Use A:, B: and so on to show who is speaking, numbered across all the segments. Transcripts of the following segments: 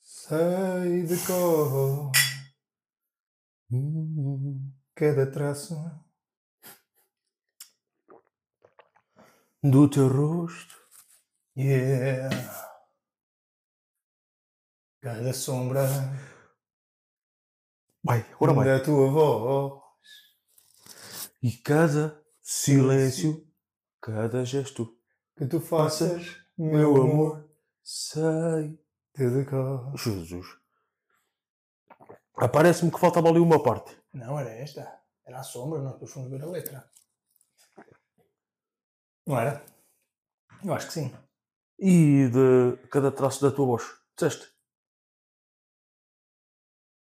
A: Sei de cor cada traço do teu rosto, yeah. cada sombra
B: Vai, ora vai.
A: da tua voz.
B: E cada silêncio, cada gesto,
A: que tu faças,
B: meu amor, sei. é
A: te decoro.
B: Jesus. Aparece-me que faltava ali uma parte.
A: Não era esta. Era a sombra, nós depois fomos ver a letra. Não era? Eu acho que sim.
B: E de cada traço da tua voz. Disseste?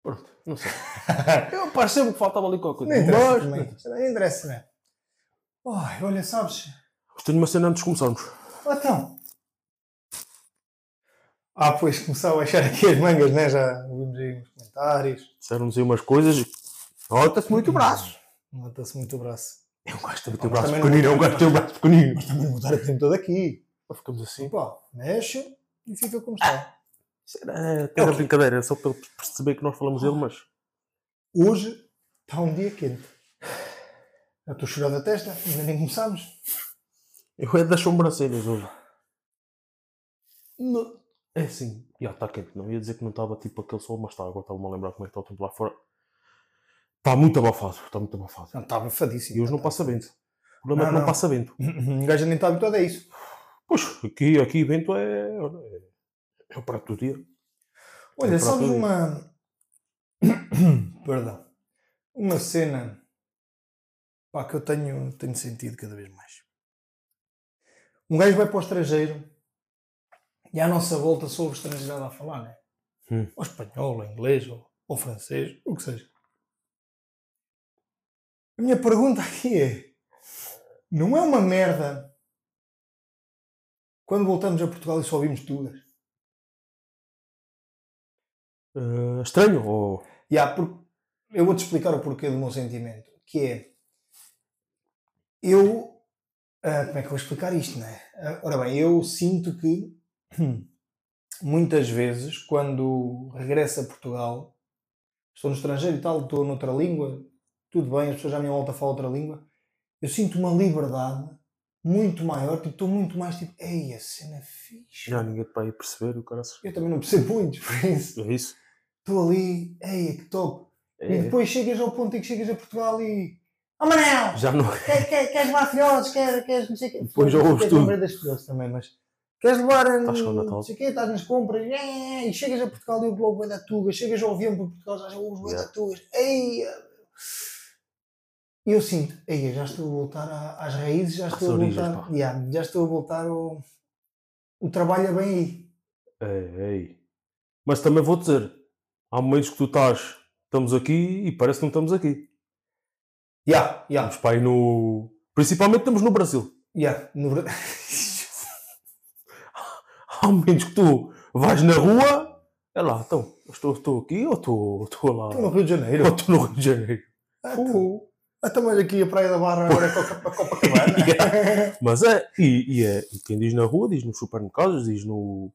B: Pronto, não sei. Eu pareceu-me que faltava ali qualquer
A: Nem
B: coisa.
A: interessa,
B: Mas.
A: também. Nem interessa, né? Ai, olha, sabes?
B: Mas Tenho uma cena antes de começarmos.
A: Então. Ah, pois começar a baixar aqui as mangas, né? Já vimos aí uns comentários. Hum,
B: Disseram-nos aí umas coisas. Nota-se muito o braço.
A: Nota-se muito o braço.
B: Eu gosto do teu
A: Mas
B: braço
A: também não
B: pequenino. Eu
A: vou-
B: gosto do teu braço pequenino.
A: Mas também não vou estar o tempo todo aqui.
B: Nós ficamos assim.
A: Pá, mexe e fica como está.
B: Isso Era, era
A: Ok.
B: É, brincadeira, era só para ele perceber que nós falamos dele, mas.
A: Hoje está um dia quente. Eu estou chorando a testa, ainda nem começámos.
B: Eu é das sobrancelhas hoje. Não- É assim. Já está quente, não. Ia dizer que não estava tipo aquele sol, mas está. Agora estava-me a lembrar como é que está o tempo lá fora. Está muito abafado, está muito abafado.
A: Não, estava fadíssimo.
B: E hoje não passa vento. O problema
A: Tá
B: é que
A: Não,
B: não,
A: não.
B: passa vento.
A: O gajo nem está habituado a isso.
B: Pois, aqui, aqui vento é. olha, é- É o prato do dia.
A: Olha,
B: É para
A: sabes
B: tudo.
A: uma. Perdão. Uma cena. Pá, que eu tenho, tenho sentido cada vez mais. Um gajo vai para o estrangeiro e à nossa volta sou o estrangeiro a falar, né?
B: Hum.
A: Ou espanhol, ou inglês, ou, ou francês, o que seja. A minha pergunta aqui é: não é uma merda quando voltamos a Portugal e só ouvimos tugas?
B: Eh, estranho ou.
A: Ya, porque- eu vou-te explicar o porquê do meu sentimento, que é eu ah, como é que eu vou explicar isto, não é? Ah, ora bem, eu sinto que muitas vezes quando regresso a Portugal, estou no estrangeiro e tal, estou noutra língua, tudo bem, as pessoas à minha volta falam outra língua, eu sinto uma liberdade muito maior, tipo, estou muito mais tipo, ei, a cena é fixe.
B: Já ninguém para ir perceber o cara.
A: Eu também não percebo muito, por isso.
B: É isso?
A: Estou ali, ei, que top. E
B: É.
A: depois chegas ao ponto em que chegas a Portugal e. Oh Manel!
B: Já não.
A: Queres, queres, queres levar filhotes? Queres, queres não sei o quê?
B: Depois já
A: Eu
B: ouves
A: tenho
B: tudo.
A: lembrei das filhotes também, mas. Queres levar.
B: Estás com o
A: hum,
B: Natal.
A: Não sei o quê, estás nas compras eh, e, e chegas a Portugal e o Globo é da Tuga. Chegas ao avião para Portugal já ouves o da
B: Yeah.
A: Tuga. Ei! eh. E eu sinto, ei, eu já estou a voltar à- às raízes, já estou a
B: origens,
A: voltar.
B: pá.
A: Yeah, já estou a voltar ao. O trabalho é bem aí.
B: Ei, ei. Mas também vou dizer, há momentos que tu estás, estamos aqui e parece que não estamos aqui.
A: Yeah, yeah,
B: Estamos para aí no. Principalmente estamos no Brasil.
A: yeah. No... Bra-
B: Há momentos que tu vais na rua, é lá, então, estou, estou aqui ou estou, estou lá?
A: Estou no é Rio de Janeiro.
B: Ou estou no Rio de Janeiro.
A: Ah, então- ah, então, mas aqui a Praia da Barra agora é Copa- Copacabana.
B: Mas é, e, e é, e quem diz na rua, diz nos supermercados, diz no,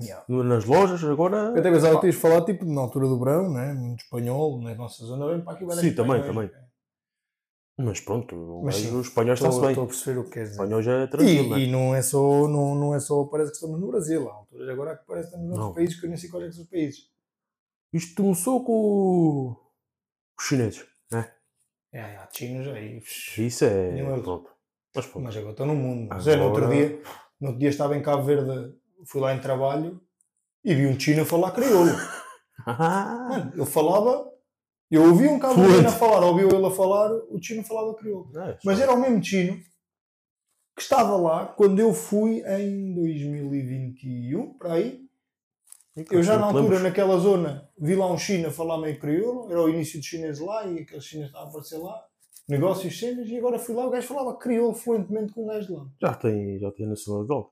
A: Yeah.
B: no- nas lojas, agora.
A: Eu até pensava que tinhas falado, tipo, na altura do verão, né? Muito espanhol, na nossa zona, bem para aqui. vai
B: Sim,
A: daqui
B: também,
A: espanhóis.
B: Mas pronto, o
A: Mas
B: gajo-
A: sim,
B: os espanhóis
A: Estou-
B: está-se bem.
A: Estou a
B: Os
A: perceber o que queres dizer.
B: espanhóis é tranquilo, né?
A: E, e não, é só, não, não é só, parece que estamos no Brasil, há alturas agora que parece que estamos noutros
B: Não.
A: países que eu nem sei quais é que são os países.
B: Isto começou com os chineses.
A: É, há chinos aí.
B: Isso é.
A: Nenhum eles.
B: Pronto. Mas pronto.
A: Mas agora estou no mundo. Mas é, no outro
B: Agora-
A: dia, no outro dia estava em Cabo Verde, fui lá em trabalho e vi um chino a falar crioulo.
B: Ah,
A: Mano, ele Hum, falava, eu ouvia um cabo
B: Fluente.
A: a falar, ouviu ele a falar, o Chino falava crioulo.
B: é,
A: Mas
B: só-
A: era o mesmo Chino que estava lá quando eu fui em 2021, para aí. Eu já na
B: Não te
A: altura,
B: lembras?
A: naquela zona, vi lá um Chino a falar meio crioulo, era o início dos chineses lá e aqueles chineses estavam a aparecer lá, negócios, cenas, e agora fui lá, o gajo falava crioulo fluentemente com o gajo de lá.
B: Já tem, já tem nacionalidade.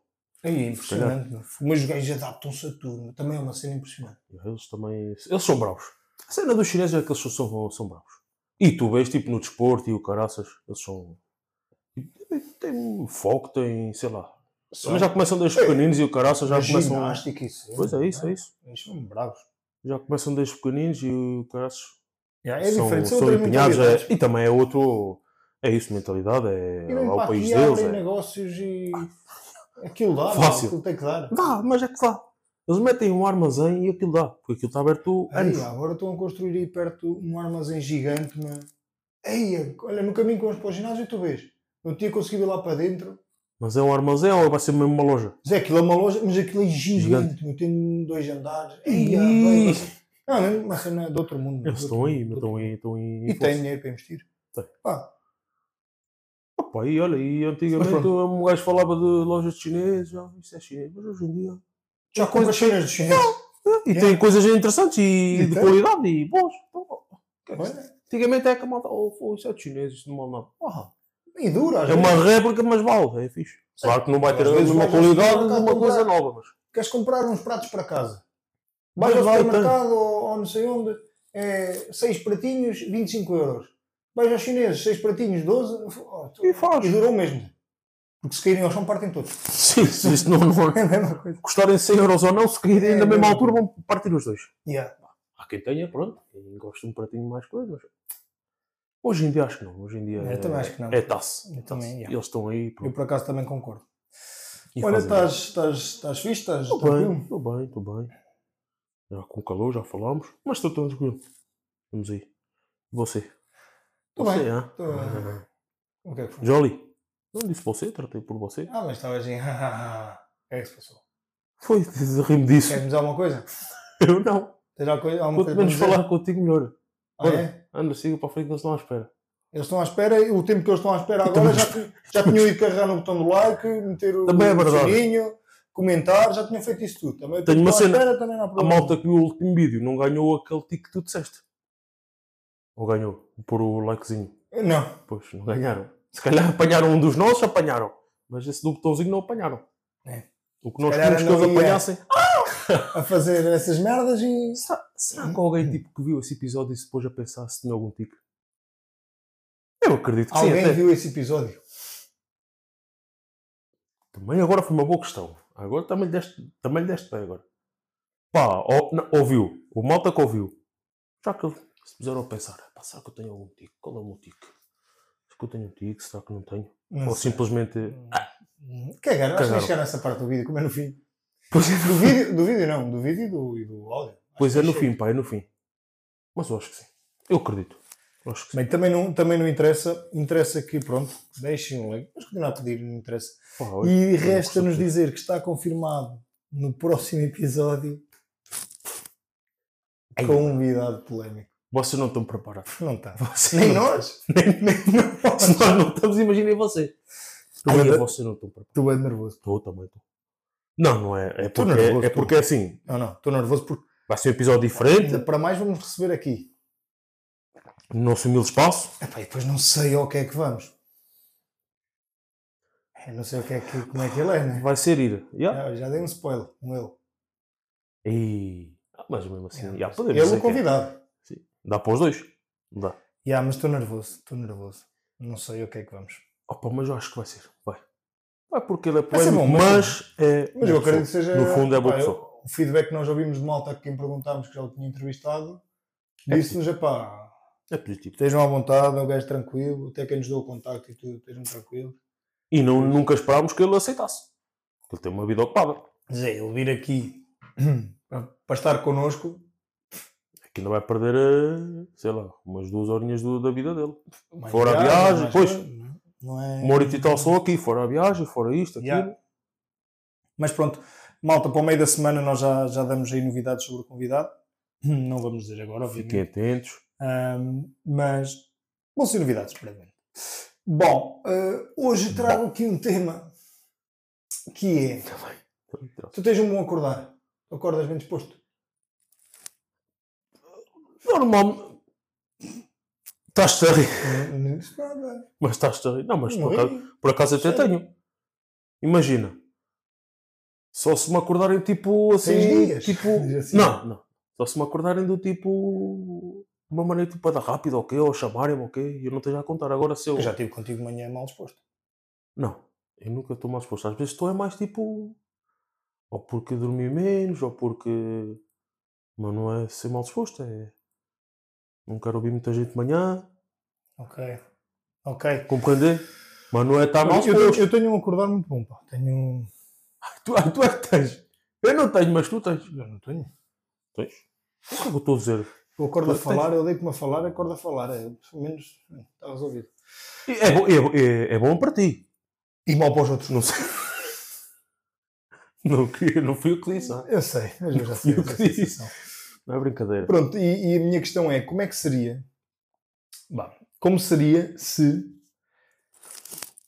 A: Aí, é impressionante, meu. mas os gajos adaptam-se a tudo, também é uma cena impressionante.
B: Eles também. Eles são bravos. A cena dos chineses é que eles são, são, são bravos. E tu vês, tipo, no desporto e o caraças, eles são. Tem um foco, tem, sei lá.
A: Só
B: Mas já começam desde
A: É.
B: pequeninos e o caraças já
A: na
B: começam.
A: ginástica, isso.
B: Pois é, isso, é isso.
A: Eles são bravos.
B: Já começam desde pequeninos e o caraças.
A: Yeah, é
B: são,
A: diferente, são,
B: são
A: outras
B: empenhados. é-
A: mentalidades.
B: e também é outro. É isso, mentalidade. É,
A: E
B: é
A: vêm para né,
B: o país
A: aqui,
B: deles.
A: abrem
B: é.
A: negócios e... Aquilo dá,
B: Fácil.
A: aquilo tem que dar.
B: Dá, mas é que dá. Eles metem um armazém e aquilo dá. Porque aquilo está aberto
A: Aí,
B: anos.
A: agora estão a construir aí perto um armazém gigante. Na... Ei, olha, no caminho que vamos para o ginásio tu vês. Não tinha conseguido ir lá para dentro.
B: Mas é um armazém ou vai ser mesmo uma loja?
A: Mas é, aquilo é uma loja, mas aquilo é gigante.
B: Gigante.
A: Não tem dois andares.
B: Ih.
A: Ei, ah, bem, vai ser- não, é uma cena de outro mundo.
B: Eles
A: de
B: estão
A: outro
B: aí,
A: mundo, de
B: estão
A: outro
B: aí, estão aí.
A: mundo. E têm dinheiro para investir.
B: Tem.
A: Pá,
B: Opa, e olha, e antigamente
A: Mas
B: um gajo falava de lojas de chineses, ah, isso é chinês, mas hoje em dia.
A: já com as cheiras de chinês.
B: E
A: Yeah.
B: tem coisas interessantes e,
A: É. E
B: de
A: tem.
B: qualidade e boas. Então, ó, que é isso?
A: Olha,
B: Antigamente é que a malta, oh, pô, isso é de chineses, isso não vale nada.
A: ó, E dura, às
B: É
A: vezes.
B: uma réplica, mas vale, é fixe.
A: Sim.
B: Claro que não vai
A: Às
B: ter a
A: vezes
B: mesma
A: vais ao
B: qualidade de
A: supermercado
B: uma coisa
A: comprar-
B: nova, mas.
A: Queres comprar uns pratos para casa? Vais ao
B: Mas vai, tem.
A: supermercado ou, ou não sei onde, é, seis pratinhos, 25 euros. Vais aos chineses, seis pratinhos, 12. ó, tu-
B: E faz.
A: E durou o mesmo. Porque se caírem ao chão, partem todos.
B: Sim, se isso não, não
A: É a mesma coisa.
B: custarem 100 euros ou não, se caírem
A: É,
B: na mesma
A: não.
B: altura, vão partir os dois.
A: Yeah.
B: Há quem tenha, pronto, quem gosta de um pratinho mais coisa, mas hoje em dia acho que não. Hoje em dia
A: Eu
B: é,
A: também acho que não.
B: é taça.
A: Eu também, yeah.
B: Eles estão aí.
A: Eu
B: Pronto,
A: por acaso também concordo.
B: e
A: Olha,
B: fazem
A: estás, estás, estás fixe, estás
B: Estou
A: tranquilo?
B: bem, estou bem, estou bem. Já com calor, já falámos, mas estou tão tranquilo. Vamos aí. Você.
A: Tô
B: você,
A: bem.
B: hã?
A: Tô-
B: Ah,
A: O que é que foi?
B: Jolly. Não disse você, tratei por você.
A: Ah, mas estavas em. O que é que se passou?
B: Foi, rimo disso.
A: Queres-me dizer alguma coisa?
B: Eu não.
A: Tens alguma coisa? alguma coisa
B: Quanto
A: para
B: menos
A: me dizer?
B: falar contigo, melhor.
A: Ah, é?
B: Anda, siga para a frente, eles estão à espera.
A: Eles estão à espera, e o tempo que eles estão à espera
B: Eu também
A: agora já, tinha- já tinham ido carregar no botão do like, meter o
B: Também é verdade.
A: sininho, comentar, já tinham feito isso tudo. Também o
B: Tenho
A: tempo
B: uma
A: que estão à
B: cena.
A: espera, também não há
B: A
A: problema.
B: malta que viu o último vídeo não ganhou aquele tick que tu disseste. Ou ganhou? Por o likezinho.
A: Não.
B: Pois, não ganharam. Se calhar apanharam um dos nossos, apanharam. Mas esse do botãozinho não apanharam.
A: É.
B: O que nós
A: calhar
B: queríamos que eles
A: andam aí, é.
B: apanhassem.
A: A fazer essas merdas e.
B: Será, será que alguém tipo, que viu esse episódio e se pôs a pensar se tinha algum tique? Eu acredito que sim.
A: Alguém
B: Até.
A: viu esse episódio?
B: Também agora foi uma boa questão. Agora também lhe deste, também lhe deste bem agora. Pá, ou- não, ouviu. O malta que ouviu. Já que eles se puseram a pensar, pá, será que eu tenho algum tique? Qual é o meu tique? Será que eu tenho um tique? Será que não tenho?
A: Não
B: Ou
A: sei. Hum.
B: simplesmente... Ah,
A: Cagaram, acho que nem
B: Cagaram.
A: chegaram a essa parte do vídeo, como é no fim.
B: pois é,
A: Do vídeo, do vídeo não, do vídeo e do, e do áudio. Acho
B: Pois é,
A: que
B: no
A: chega.
B: fim, pá, é no fim. Mas eu acho que sim. Eu acredito. Eu acho que sim.
A: Bem, também não, também não interessa, interessa que, pronto, deixem o like, mas continuar a pedir, não interessa.
B: Pá, olha,
A: E
B: gosto
A: resta-nos
B: de-
A: dizer que está confirmado no próximo episódio um
B: Ei.
A: convidado polémico.
B: Vocês não estão preparados.
A: Não está.
B: Vocês
A: Nem
B: não-
A: nós.
B: Nem- nem- Se nós não estamos, imaginem você.
A: Tu
B: Ai,
A: anda-
B: eu você não estou preparado.
A: Estou bem nervoso.
B: Estou também, estou. Não, não é. É
A: Estou
B: porque,
A: nervoso,
B: é
A: estou.
B: porque assim,
A: Não, não, estou nervoso porque
B: vai ser um episódio diferente,
A: ainda para mais vamos receber aqui.
B: no nosso humilde espaço.
A: Epá, e depois não sei ao que é que vamos. Eu não sei o que é que, como é que ele é, né?
B: Vai ser ir. Yeah.
A: Já, já dei um spoiler com ele.
B: E... Ah, mas mesmo assim,
A: Yeah.
B: yeah, podemos
A: Ele
B: dizer
A: o
B: que é.
A: convidado.
B: Dá para os dois. Não Dá.
A: Já, mas estou nervoso, estou nervoso. Não sei ao que é que vamos.
B: Opa, mas eu acho que vai ser. Vai. Vai porque ele é
A: Vai ser
B: polémico,
A: bom,
B: mas é.
A: Mas eu
B: boa
A: acredito que
B: pessoa.
A: seja.
B: No fundo é boa
A: pá, eu-
B: pessoa.
A: O feedback que nós ouvimos de malta que quem perguntámos que já o tinha entrevistado
B: É
A: disse-nos: é pá,
B: É positivo.
A: estejam à vontade, é um gajo tranquilo, até quem nos deu o contacto e tudo, estejam tranquilos.
B: E não, nunca esperámos que ele aceitasse. Ele tem uma vida ocupada.
A: Mas é, ele vir aqui para para estar connosco,
B: Aqui não vai perder, eh, sei lá, umas duas horinhas do- da vida dele.
A: mais
B: Fora a viagem,
A: mais
B: pois.
A: coisa, não é? Não é...
B: Uma hora e tal só aqui, fora a viagem, fora isto, aquilo.
A: Yeah. Mas pronto, malta, para o meio da semana nós já, já damos aí novidades sobre o convidado. Não vamos dizer agora, obviamente.
B: Fiquem atentos.
A: Ahm, mas vão ser novidades para mim. Bom, eh, hoje trago aqui um tema que é: tu tens um bom acordar, Tu acordas bem disposto.
B: Normal. Estás-te a rir.
A: Não- não disse nada.
B: Mas estás-te a rir. Não, mas
A: Não
B: por acaso,
A: ri.
B: por acaso até
A: Sério?
B: tenho. Imagina. Só se me acordarem tipo assim.
A: Seis dias.
B: Tipo.
A: Diz assim.
B: Não, não. Só se me acordarem do tipo. de uma maneira tipo a dar rápido, ok? Ou chamarem-me, ok? Eu não esteja a contar. Agora se eu.
A: Eu já estive contigo de manhã mal disposto.
B: Não, eu nunca estou mal disposto. Às vezes estou é mais tipo. Ou porque dormi menos, ou porque. Mas não é ser mal disposto, é. Não quero ouvir muita gente de manhã,
A: Ok. Ok.
B: compreender? Mas não é estar mal
A: Eu,
B: disposto.
A: eu tenho um acordar muito bom, pá. Tenho um.
B: Tu, ah, tu é que tens. Eu não tenho, mas tu tens.
A: Eu não tenho.
B: Tens? O que é que eu estou a dizer?
A: Eu acordo a
B: Eu tenho.
A: falar, eu deito-me a falar, acordo a falar. É, pelo menos é, está resolvido.
B: É, bo- é bo- é- é bom para ti.
A: E mal para os outros.
B: Não sei. Não, queria- não fui eu que disse. ah.
A: Eu sei, mas eu já sei.
B: Eu
A: essa
B: que disse.
A: sensação.
B: Não é brincadeira.
A: Pronto, e, e a minha questão é: como é que seria? Bah, como seria se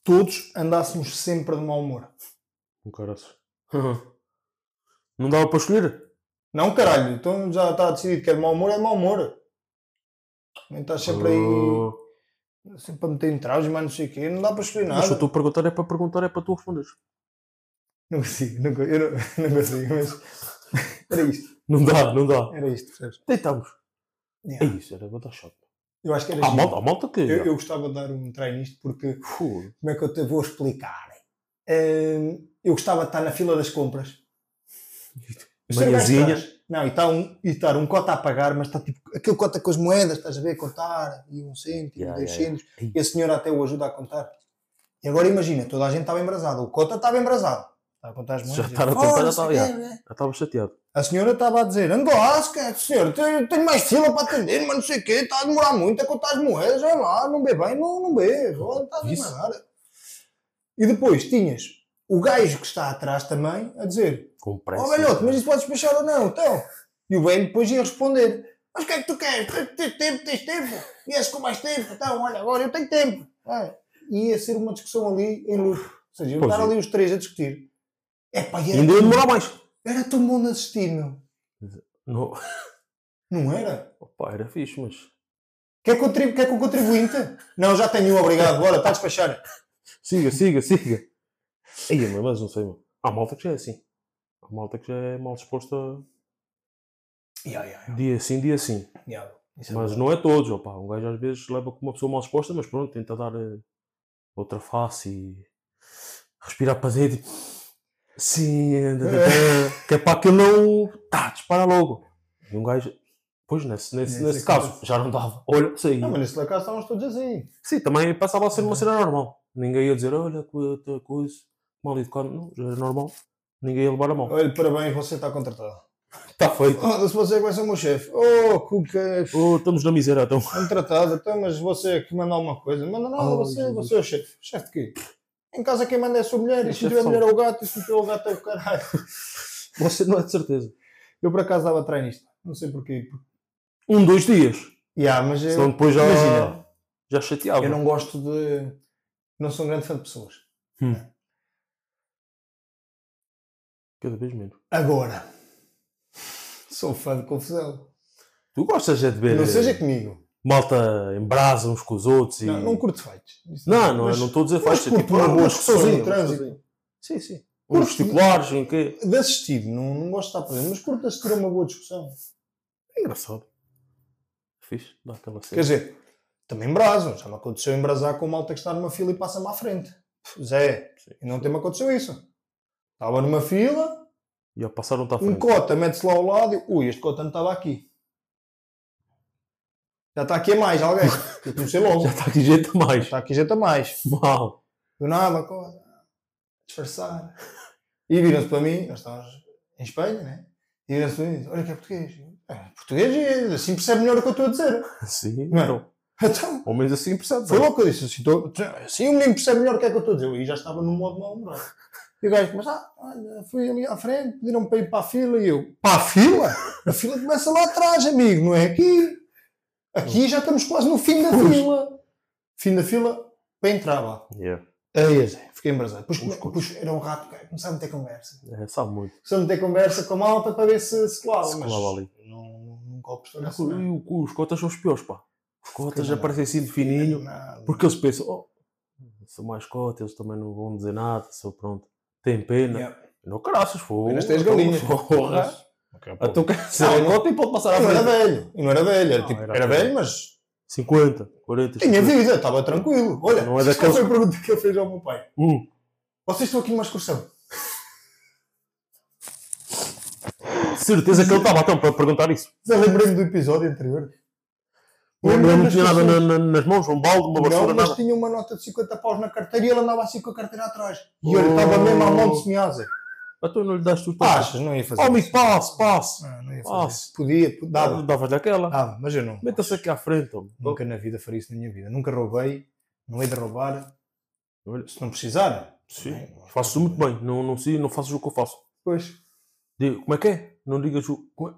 A: todos andássemos sempre de mau humor?
B: Um caraças. Não dava para escolher?
A: Não, caralho, então já está decidido que é de mau humor, é de mau humor. Também estás sempre aí,
B: Ah,
A: sempre a meter em trajes, mas não sei o quê, não dá para escolher
B: mas se eu
A: nada.
B: estou a perguntar, é para perguntar, é para tu responderes.
A: Não consigo, não, co- eu não, não consigo, mas. Era isto,
B: Não dá, não dá.
A: era isto, percebes?
B: Deitamos. É
A: Yeah.
B: isso, era vou dar choque.
A: Eu acho que era
B: Há
A: isto.
B: malta, há malta que.
A: Eu, eu gostava de dar um treino nisto porque
B: Fogo.
A: como é que eu te vou explicar? Hum, eu gostava de estar na fila das compras. Eu sei o gajo
B: Manhãzinha.
A: atrás. Não, e está um, e está um cota a pagar, mas está tipo aquele cota com as moedas, estás a ver, a contar, e um cêntimo,
B: Yeah,
A: dois
B: yeah,
A: cêntimos, e a senhora até o ajuda a contar. E agora imagina, toda a gente estava embrasada, o cota estava embrasado. Está a contar as moedas.
B: Já
A: e,
B: está a
A: "Oh,
B: contar, já
A: não
B: está
A: sei
B: a
A: quê, né?"
B: Já estava chateado.
A: A senhora estava a dizer, Angolásca, senhor, tenho, tenho mais fila para atender, mas não sei o quê, está a demorar muito a contar as moedas, olha lá, não bebe bem, não, não bebe, olha, está a
B: Isso.
A: demorar. E depois tinhas o gajo que está atrás também a dizer,
B: Com pressa.
A: Ó Oh, velhote, mas isso podes despachar ou não? Então. E o velho depois ia responder: Mas o que é que tu queres? Tens- Tens tempo? Tens tempo? Vieste com mais tempo? Então, olha, agora eu tenho tempo. Ah, E ia ser uma discussão ali em loop. Ou seja, iam
B: Pois
A: estar
B: é.
A: ali os três a discutir. É pá, era,
B: Ainda ia demorar mais.
A: era tão bom de assistir, meu.
B: Não.
A: Não era?
B: Opa, era fixe, mas.
A: Quer, contribu quer com o contribuinte? Não, já tenho um, obrigado. Bora, está a despachar.
B: Siga, siga, siga. Aí, meu, mas não sei, meu. Há malta que já é assim. Há malta que já é mal disposta
A: Ya, ya,
B: dia sim, dia sim.
A: ya. Isso é
B: Mas não é todos, opá. Um gajo às vezes leva com uma pessoa mal disposta, mas pronto, tenta dar eh, outra face e respirar para dentro. e- Sim, eh, tã, tã, tã, que é para que ele não. Tá, dispara logo. E um gajo. Pois, nesse, nesse,
A: Nesse
B: nesse
A: caso.
B: caso, já não dava. Olha, saí.
A: Não, mas nesse local estávamos todos assim.
B: Sim, também passava a ser
A: Uhum.
B: uma cena normal. Ninguém ia dizer, olha, que que coisa, mal educado. Não, já era normal. Ninguém ia levar a mão.
A: Olha, parabéns, você está contratado.
B: Está feito.
A: Oh, se você é que vai ser o meu chefe. Oh, Cuca,
B: Oh, estamos na miséria, então.
A: Não tratado, então, mas você é que manda alguma coisa. Manda nada,
B: Oh,
A: você,
B: Jesus.
A: você é o chefe. Chefe de quê? Em casa quem manda é a sua mulher, e se
B: Chefe
A: tiver
B: só-
A: mulher é o gato, e se não tiver o gato é o caralho.
B: Você não é de certeza.
A: Eu por acaso dava atrás nisto. Não sei porquê.
B: Um, dois dias.
A: Yeah, mas eu,
B: Senão depois já,
A: imagina.
B: já chateava.
A: eu não gosto de. Não sou um grande fã de pessoas.
B: Cada vez menos.
A: Agora, sou fã de confusão.
B: Tu gostas é de ver
A: Não
B: eh,
A: seja comigo.
B: malta em brasa uns com os outros e...
A: Não, não curto feitos. Isso
B: Não, não,
A: mas
B: eu não estou a dizer é tipo, "Ah,
A: mas
B: faz.
A: curto uma boa discussão no trânsito.
B: Sim, sim. Um
A: Curto.
B: Uns vestibulares, em quê?
A: De assistir, não, não gosto de estar presente, mas curto de assistir a uma boa discussão.
B: É engraçado. Fixe, dá aquela
A: Quer
B: cena.
A: dizer, também embrasam. Já me aconteceu embrasar com malta que está numa fila e passa-me à frente. Pff, Zé,
B: Sim.
A: e não tem-me aconteceu isso. Estava numa fila,
B: E ao passar não tá está à
A: um
B: frente.
A: cota mete-se lá ao lado e, ui, este cota não estava aqui. Já está aqui a mais alguém. Eu comecei logo.
B: Já está aqui jeito a mais.
A: Está aqui gente a mais.
B: Mal.
A: Do nada, cota. Disfarçar. E viram-se para mim, nós estávamos em Espanha, né? E viram-se para mim e dizem, olha que é português. Eu, "Ah, Português, é- assim percebe melhor o que eu estou a dizer.
B: Sim,
A: Não é?
B: então.
A: Então,
B: Ao menos assim percebes.
A: Foi
B: olha.
A: logo que eu disse assim, tô, assim o menino percebe melhor o que é que eu estou a dizer. Eu aí já estava num modo mal humorado. E o gajo, mas ah, olha, fui ali à frente, pediram para ir para a fila e eu, para a fila? A fila começa lá atrás, amigo, não é aqui. Aqui já estamos quase no fim da
B: Pois.
A: fila. Fim da fila, para entrar lá.
B: Yeah.
A: Aí, eu sei, fiquei embrasado. Depois,
B: Os
A: come- depois era um rato, cara, começaram a ter conversa.
B: É, sabe muito.
A: Começaram a ter conversa com a malta para ver se se colava.
B: Se
A: mas
B: colava ali.
A: Não, é? nunca assim, optou nessa.
B: E o cu, os cotas são os piores, pá. Os cotas
A: Caralho.
B: aparecem assim de fininho.
A: Nada.
B: Porque eles pensam, oh, sou mais cota, eles também não vão dizer nada, sou pronto. Tem pena.
A: Yeah.
B: Não caraças, fogo.
A: Apenas tens
B: então,
A: galinhas.
B: Porra.
C: Ok, pô.
B: Então quer dizer,
A: Não,
B: é
A: não-
B: cota e pode passar à
A: E não era
B: frente.
A: velho. E não era velho. Era,
C: Não,
A: tipo,
C: era
A: era,
C: velho.
A: velho, mas
B: 50, 40,
A: tinha vida. Estava tranquilo. Olha,
B: Não é
A: isto
B: daqueles-
A: foi a pergunta que eu fiz ao meu pai.
B: Hum.
A: Vocês estão aqui numa excursão.
B: Certeza que ele estava então para perguntar isso.
A: Já lembrei-me do episódio anterior.
B: Não,
A: Lembro-me
B: não,
A: das
B: tinha nada
A: pessoas-
B: na- na- nas mãos, um balde, uma vassoura,
A: Não, mas
B: nada.
A: tinha uma nota de 50 paus na carteira e ele andava assim com a carteira atrás. E
B: Oh.
A: ele estava mesmo à mão de semeaza.
B: Então não lhe das tudo.
A: Achas? Não ia fazer.
B: Oh, me
A: isso.
B: passe, passe.
A: Não, não ia fazer.
B: Ah,
A: isso.
B: se-
A: Podia, po- dava,
B: Davas-lhe aquela.
A: dava, mas eu não.
B: Meta-se aqui à frente. homem.
A: Nunca na vida faria isso na minha vida. Nunca roubei, não hei de roubar.
B: Olha,
A: Se não precisar,
B: Sim,
A: também,
B: faço muito bem. Não, não, sei, não faças o que eu faço.
A: Pois.
B: Digo, como é que é? Não digas o. Como é?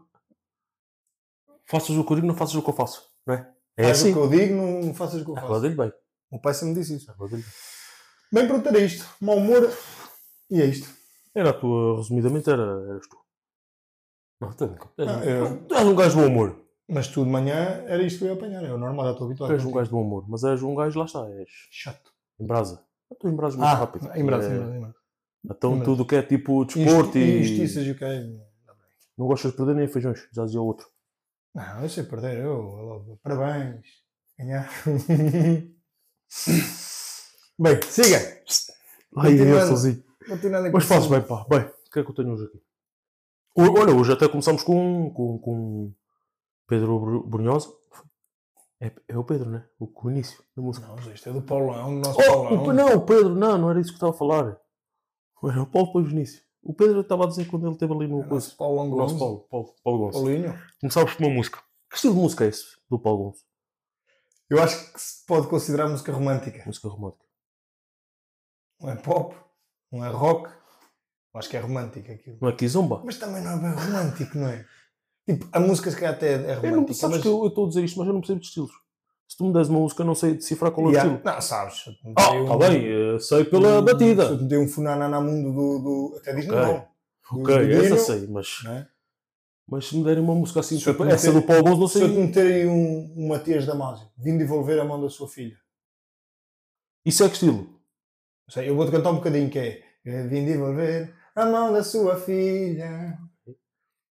B: Faças o que eu digo, não faças o que eu faço. Não é? É
A: Faz o
B: assim. É
A: que eu digo, não faças o que eu faço.
B: Acorda-lhe bem.
A: O pai sempre disse isso.
B: acorda-lhe bem.
A: Bem, pronto, era isto. Mau humor. E é isto.
B: Era a tua, resumidamente, era, eras tu. Não, tu és, um- tu és um-
A: Ah, eu-
B: tu és um gajo de bom humor.
A: Mas tu de manhã era isto que eu ia apanhar. É o normal, já estou
B: Tu
A: habituado.
B: és um
A: contigo.
B: gajo de bom humor, mas és um gajo, lá está, és
A: Chato.
B: em brasa. Ah, Tu embrasas muito
A: Ah,
B: rápido.
A: em braço,
B: É,
A: em braço, em braço.
B: Então
A: em brasa.
B: tudo o que é tipo
A: E justi-
B: desporto e.
A: E justiças e o que é.
B: Não gostas de perder nem feijões, já dizia o outro.
A: Não, eu sei perder, eu, logo, parabéns, ganhar. bem, siga.
B: Ai,
A: Continuando.
B: eu sozinho.
A: Continuando aqui.
B: Mas fazes bem, pá. Bem, o que é que eu tenho hoje aqui? O- Olha, hoje até começamos com, um, com, com Pedro Bru- Brunhosa. É, é o Pedro, né? O, o início da música.
A: Não, isto é do Paulão, do nosso
B: Oh, o,
A: Paulão.
B: Pe- não, o Pedro, não, não era isso que estava a falar. Era o Paulo depois o início. O Pedro eu estava a dizer quando ele teve ali
A: O
B: no coisa.
A: nosso Paulão
B: O nosso
A: Gonzo.
B: Paulo, Paulo, Paulo Gonçalves.
A: Paulinho.
B: Começámos por uma música. Que estilo de música é esse do Paulo Gonçalves?
A: Eu acho que se pode considerar música romântica.
B: Música romântica.
A: Não é pop, não é rock. Eu acho que é romântica aquilo.
B: Não é Kizomba?
A: Mas também não é bem romântico, não é? Tipo, a música se calhar até é romântica.
B: Eu não, sabes
A: mas...
B: que eu eu estou a dizer isto, mas eu não percebo de estilos. Se tu me des uma música, eu não sei decifrar qual é o
A: Yeah.
B: estilo.
A: Não, sabes. eu
B: Ah,
A: tenho
B: está
A: um-
B: bem, eh, sei pela
A: um-
B: batida.
A: Se eu te dei um funaná na mundo do, do. Até diz
B: Ok.
A: não. é?
B: Ok, essa sei, mas, mas se me derem uma música assim,
A: Se eu
B: tipo,
A: te
B: essa
A: meter-
B: do Paulo Gonzo, não
A: Se eu te
B: sei.
A: meter aí um, um Matias Damasio, vindo devolver a mão da sua filha,
B: Isso é que estilo?
A: Não sei, eu vou-te cantar um bocadinho que é eh, Vim devolver a mão da sua filha.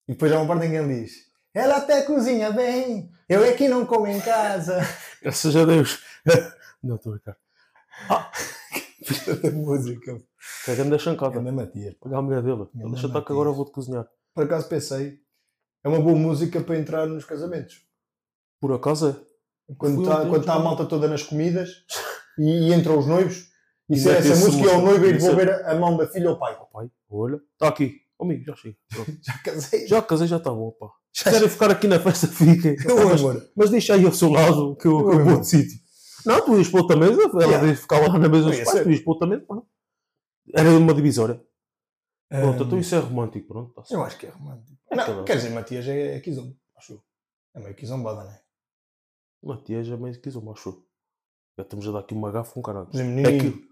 A: E depois há uma parte em que ele diz Ela até cozinha bem, eu é que não como em casa.
B: Graças a Deus. não, estou a brincar.
A: Esta música.
B: Que é grande chancada.
A: Anda Matias.
B: Olha a mulher dele.
A: Minha mãe
B: Deixa estar que agora eu
A: Matias.
B: vou-te cozinhar.
A: Por acaso pensei, é uma boa música para entrar nos casamentos.
B: Por acaso é?
A: Quando
B: Fui
A: está
B: ontem-
A: quando tá a malta toda nas comidas e, e entram os noivos. E se é
B: Mete
A: essa
B: esse
A: música é o
B: música.
A: noivo a ir
B: Isso é-
A: devolver a mão da filha ao pai. é
B: Oh, pai, olha. Está aqui. Ó, amigo, já chega. Pronto.
A: Já casei.
B: Já casei, já está bom, pá. Se
A: Já
B: querem ficar aqui na festa, fiquem.
A: Oi,
B: mas,
A: amor.
B: mas deixa aí ao seu lado, que eu, que eu
A: Oi,
B: vou
A: amor.
B: de sítio. Não, tu ias para outra mesa, ela
A: Yeah.
B: devia ficar lá na mesa dos
A: Não ia
B: pais,
A: ser.
B: tu ias para outra mesa, pronto. Era uma divisória. Pronto,
A: Ahm,
B: então isso é romântico, pronto. tá certo.
A: Eu acho que é romântico.
B: tá bem.
A: Não, quer dizer, Matias é, é quizombo, acho eu. É meio quizombada, não é?
B: Matias é meio que isso, macho. Já estamos a dar aqui uma gafa, um caralho.
A: Por exemplo,
B: É
A: Nini-
B: aquilo.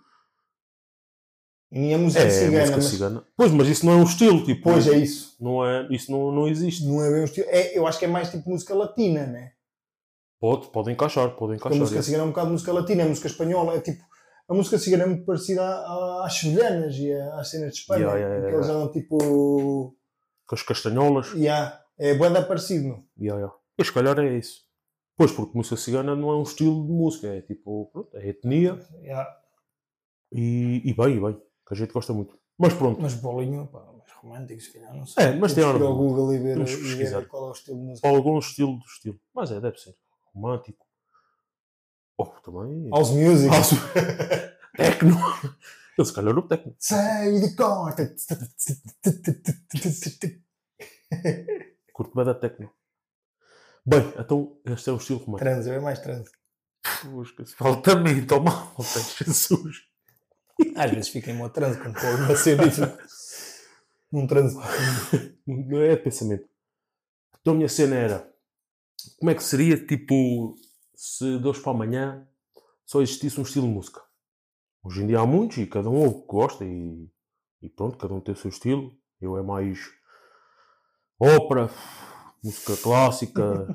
A: Nini é música
B: É,
A: cigana,
B: música
A: mas
B: cigana. Pois, mas isso não é um estilo, tipo.
A: depois é isso.
B: Não é, isso não, não existe.
A: Não é bem um estilo. É, eu acho que é mais tipo música latina, né?
B: Pode, pode encaixar, pode
A: Porque a
B: encaixar.
A: música cigana é um bocado música latina, é música espanhola, é tipo. A música cigana é muito parecida à- à- às sevilhanas e à- às cenas de Espanha.
B: Yeah, yeah, yeah,
A: porque eles andam tipo.
B: é. Com as castanholas.
A: Yeah, é banda parecido, meu.
B: Ya, ya. Pois, se calhar é isso. Pois, porque música cigana não é um estilo de música, é tipo, pronto, é etnia
A: Yeah.
B: e, e bem, e bem, que a gente gosta muito. Mas pronto,
A: Mas bolinho, pá, mais romântico, se calhar, não sei.
B: é, mas tem
A: Temos que ir
B: hora. de
A: ao
B: música.
A: Google e ver,
B: Temos que
A: e
B: pesquisar.
A: ver qual é o estilo de música.
B: Algum estilo do estilo. Mas é, deve ser. Romântico. Ou também.
A: House Music.
B: House- Tecno. Eu se calhar o tecno.
A: Sei de corte.
B: Curto bem da tecno. Bem, então este é um estilo romântico.
A: Transo, é mais transo.
B: Falta-me, toma, malta, Jesus.
A: Às vezes fica em uma transe quando pôr uma cena Num transe.
B: Não é de pensamento. Então a minha cena era, como é que seria, tipo, se de hoje para amanhã só existisse um estilo de música? Hoje em dia há muitos e cada um ouve o que gosta e, e pronto, cada um tem o seu estilo. Eu é mais ópera, música clássica,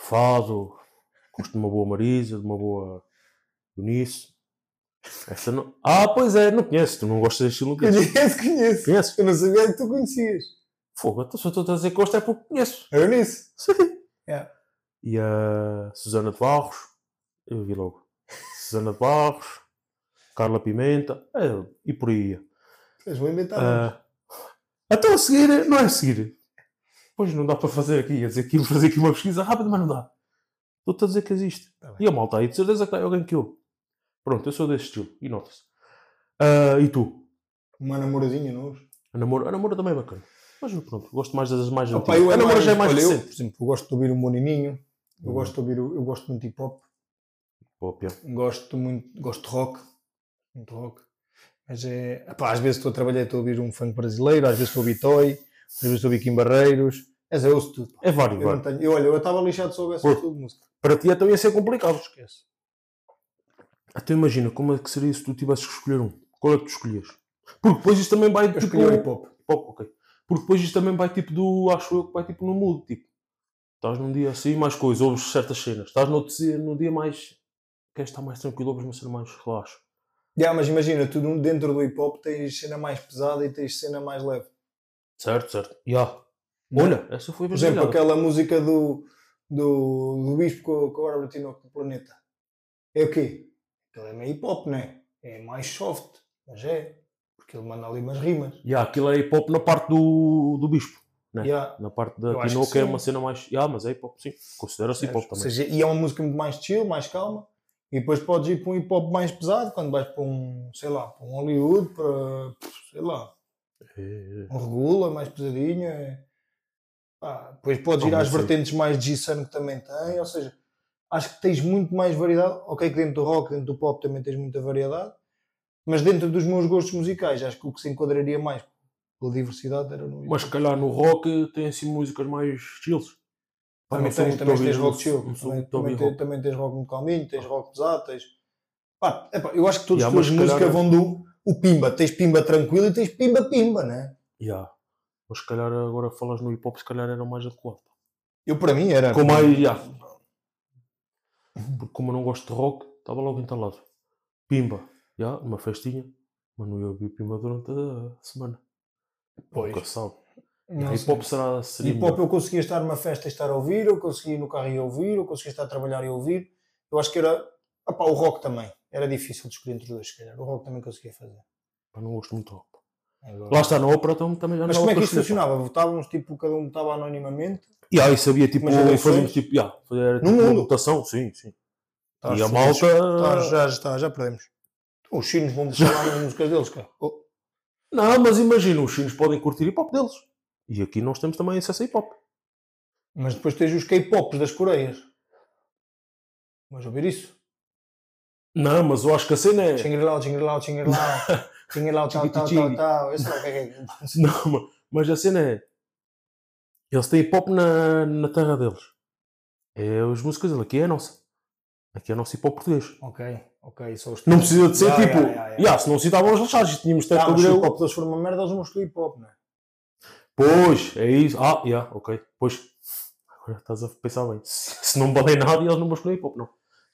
B: fado, gosto de uma boa Marisa, de uma boa Eunice. Essa não... Ah, pois é, não conheço, tu não gostas deste estilo, não conheço.
A: Conheço, conheço.
B: Conheces?
A: Eu não sabia que tu conhecias.
B: Fogo, então se eu estou a dizer que gosto é porque conheço.
A: Eu nisso.
B: Sim.
A: Yeah.
B: E a Susana de Barros, eu vi logo. Susana de Barros, Carla Pimenta, eh, e por aí. ia.
A: És bom inventar. nomes.
B: Ah, Até a seguir, não é a seguir. Pois não dá para fazer aqui, ia dizer aquilo, fazer aqui uma pesquisa rápida, mas não dá. Estou-te a dizer que existe.
A: Tá bem.
B: E a malta aí, de certeza que está aí alguém que eu. Pronto, eu sou desse estilo, e nota-se. Ah, e tu?
A: Uma namoradinha nojo.
B: A namoro, a namoro também é bacana. Mas pronto, gosto mais das mais
A: Opa,
B: antigas.
A: eu
B: a
A: é
B: namoro já é mais
A: olha, eu,
B: recente.
A: Por exemplo, eu gosto de ouvir o Monininho. Eu
B: Hum.
A: gosto de ouvir, o- eu gosto muito de hip hop.
B: Pô, pia.
A: Gosto muito, gosto de rock. Muito rock. Mas é. Epá, às vezes estou a trabalhar e estou a ouvir um funk brasileiro, às vezes estou a ouvir Toy, às vezes estou a ouvir Kim Barreiros. Mas eu ouço tudo. pá.
B: É vário,
A: Eu,
B: vário.
A: não tenho, eu, olha, eu estava lixado se soubesse
B: Pô.
A: tudo de música.
B: Para ti então ia ser complicado, esquece. Até imagina, como é que seria se tu tivesses que escolher um? Qual é que tu escolhias? Porque depois isto também vai
A: Eu
B: tipo...
A: escolhi o hip hop.
B: Pop, ok. Porque depois isto também vai tipo do... Acho eu que vai tipo no mood, tipo... Estás num dia assim, mais coisa, ouves certas cenas. Estás no dia, num dia mais... Queres estar mais tranquilo, ouves uma cena mais relaxa.
A: Yeah, mas imagina, tu num- dentro do hip hop tens cena mais pesada e tens cena mais leve.
B: Certo, certo. Yeah.
A: Não é?
B: Olha, essa foi a
A: Por exemplo,
B: brasileira.
A: aquela música do, do, do Bispo com, com a Bárbara Tinoco do Planeta. É o quê? Aquilo é meio hip hop, não é? É mais soft, mas é. Porque ele manda ali umas rimas.
B: Yeah, aquilo é hip-hop na parte do, do bispo. É.
A: Yeah.
B: Na parte da
A: Eu acho que
B: Tinoca é
A: sim.
B: uma cena mais... Yeah, mas é hip-hop, sim. Considera-se hip-hop
A: Ou
B: também.
A: seja, e é uma música muito mais chill, mais calma. E depois podes ir para um hip hop mais pesado quando vais para um, sei lá, para um Hollywood, para, sei lá,
B: É, é.
A: um regula, mais pesadinho. É... Pá, depois podes
B: Ah,
A: ir
B: não
A: às
B: sei.
A: vertentes mais de G-Sun que também tem, ou seja, acho que tens muito mais variedade. Ok, que dentro do rock, dentro do pop também tens muita variedade, mas dentro dos meus gostos musicais, acho que o que se enquadraria mais pela diversidade era no.
B: Mas se calhar no rock tem assim músicas mais chills. Pá,
A: também
B: não um sou
A: tens, também
B: muito ouvir-
A: tens rock
B: não
A: chill,
B: sou- Não sou
A: também,
B: muito ouvir
A: também tens,
B: rock.
A: também tens rock muito calminho, tens rock pesado, tens. Pá, epá, eu acho que todos
B: Yeah,
A: os
B: mas
A: teus
B: se calhar- é.
A: músicas vão do o pimba, tens pimba tranquilo e tens pimba pimba, né?
B: Yeah. Mas se calhar agora falas no hip hop, se calhar era mais adequado.
A: Eu para mim era.
B: Com mais. Yeah. Porque como eu não gosto de rock, estava logo entalado. Pimba. Yeah, uma festinha. Mas não ia ouvir Pimba durante a semana.
A: Pois.
B: Nunca sabe.
A: Não
B: hip
A: sei.
B: hop será. Seria
A: Hip hop
B: melhor.
A: eu conseguia estar numa festa e estar a ouvir, eu conseguia ir no carro e ouvir, eu conseguia estar a trabalhar e ouvir. Eu acho que era. Opá, o rock também. Era difícil de escolher entre dois, se calhar. O rock também conseguia fazer.
B: Pá, não gosto muito de rock.
A: Agora-
B: Lá está na ópera, então também já
A: Mas
B: não há
A: como é que
B: outra
A: isto
B: escolha, pá.
A: funcionava? Votávamos, tipo, cada um votava anonimamente.
B: Yeah, e sabia tipo.
A: Mas eleições?
B: Fazíamos tipo. Yeah, era, tipo
A: No
B: uma
A: mundo?
B: votação, sim, sim.
A: Tá,
B: e a
A: se-
B: malta.
A: tá, já, já, já perdemos. Os chinos vão falar nas músicas deles, cara. Oh,
B: Não, mas imagina, os chinos podem curtir hip hop deles. E aqui nós temos também acesso a hip hop.
A: Mas depois tens os K-pops das Coreias. Mas ouvir isso?
B: Não, mas eu acho que a cena é.
A: Xingrilau, xingrilau, xingrilau. Xingrilau, tal, tal, tal, tal. Eu sei lá o que é que é.
B: Não, ma- mas a cena é. Eles têm hip hop na, na terra deles. É as músicas deles. Aqui é a nossa. Aqui é o nosso hip hop português.
A: Ok, ok. Só os
B: Não precisa de ser
A: Ya, ya,
B: tipo.
A: ya, ya, ya.
B: "Ya, se não citávamos relaxados, tínhamos até
A: Ah,
B: que
A: mas
B: ouvir.
A: se o
B: eu-
A: hip hop deles for uma merda, eles vão escolher hip hop, não é?
B: Pois, é isso. Ah, já, ok. Pois. Agora estás a pensar bem. Se, se não valem nada, eles não vão escolher hip hop, não.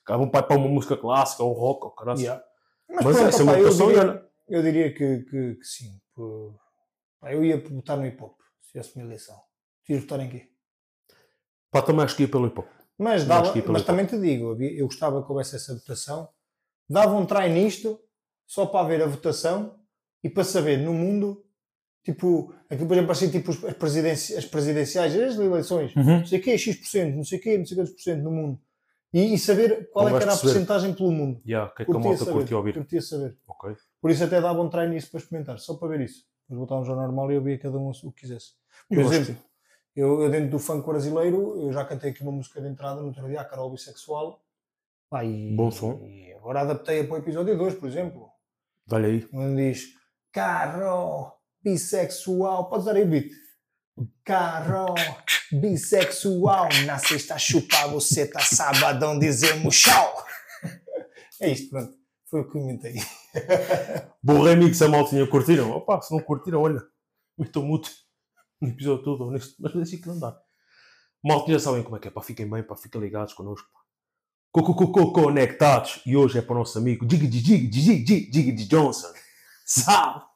B: Acabam para para uma música clássica ou um rock ou caralho.
A: Yeah. Mas,
B: Mas
A: pronto,
B: essa é
A: opá,
B: uma
A: eu,
B: opção e
A: diria,
B: olha.
A: eu diria que, que, que sim. Pô, pá, Eu ia votar no hip hop, se fosse uma eleição. Tu ias votar em quê?
B: Pá, também acho que ia pelo hip hop.
A: Mas,
B: Eu
A: dava-
B: acho que é ia pelo
A: mas
B: hip hop.
A: também te digo, havia- eu gostava que houvesse essa votação. Dava um try nisto, só para haver a votação e para saber no mundo, tipo, aqui por exemplo, assim, tipo os- as, presidenci- as presidenciais, as
B: Hum.
A: eleições, não sei o quê, X%, não sei o quê, não sei quantos por cento no mundo. E, e saber qual
B: Não
A: é que
B: vais
A: era a
B: perceber.
A: porcentagem pelo mundo.
B: Yeah, o que é que a
A: Curtia
B: malta
A: saber,
B: curte ouvir?
A: curtia saber.
B: Ok.
A: Por isso até dava um treino nisso para experimentar, só para ver isso. Depois voltávamos ao normal e eu via cada um o que quisesse. Por
B: Eu acho
A: exemplo, eu, eu dentro do funk brasileiro, eu já cantei aqui uma música de entrada no outro dia, a Carol Bissexual. Pá, e-
B: Bom som.
A: E agora adaptei-a para o episódio 2, por exemplo.
B: Olha aí.
A: Onde diz, Carol Bissexual, podes dar aí o beat. Carol Bissexual, na sexta chupa você tá sabadão, dizemos tchau. É isto, pronto. Foi o que eu inventei.
B: Bom remix a maltinha curtiram. Opa, se não curtiram, olha. Metam mute no episódio todo, ou neste, mas deixa que andar. Maltinha sabem como é que é, pá. Fiquem bem, pá. Fiquem ligados connosco, pá. Co- co- co- co- Conectados. E hoje é para o nosso amigo Dig Dig Dig Dig Dig Dig Johnson. Sabe?